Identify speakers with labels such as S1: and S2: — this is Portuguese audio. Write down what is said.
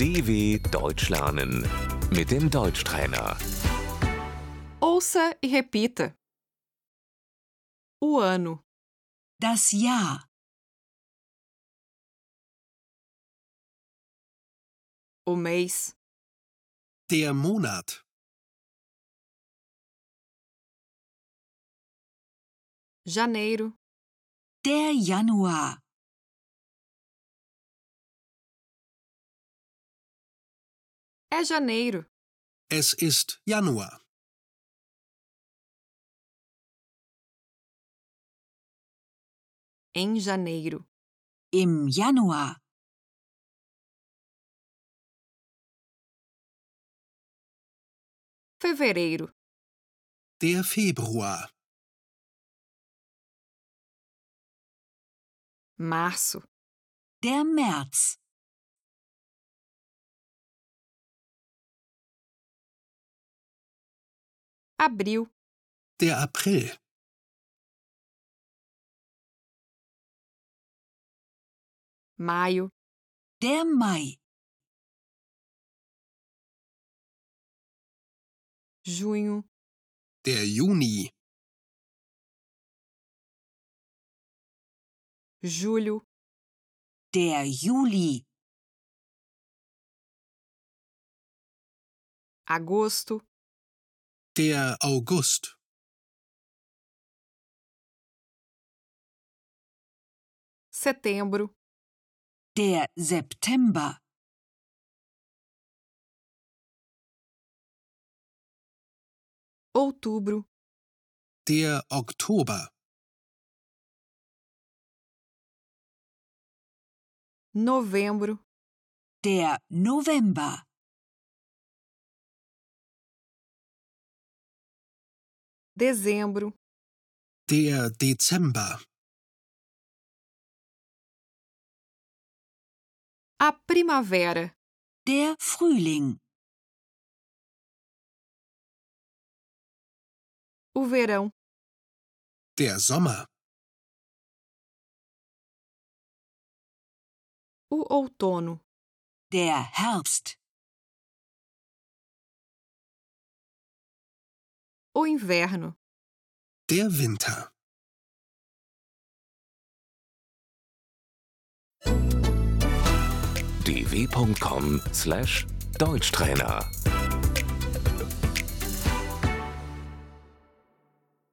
S1: DW Deutsch lernen mit dem Deutschtrainer.
S2: Ouça e repita. O ano,
S3: Das Jahr,
S2: o mês,
S4: Der Monat,
S2: janeiro,
S3: der Januar,
S2: é janeiro,
S4: es ist Januar,
S2: em janeiro,
S3: im Januar,
S2: fevereiro,
S4: der Februar,
S2: março,
S3: der März,
S2: abril,
S4: der April,
S2: maio,
S3: der Mai,
S2: junho,
S4: der Juni,
S2: julho,
S3: der Juli,
S2: agosto,
S4: der August,
S2: setembro,
S3: der September,
S2: outubro,
S4: der Oktober,
S2: novembro,
S3: der November,
S2: dezembro,
S4: der Dezember,
S2: a primavera,
S3: der Frühling,
S2: o verão,
S4: der Sommer,
S2: o outono,
S3: der Herbst,
S2: o inverno,
S4: der Winter.
S1: dw.com/deutschtrainer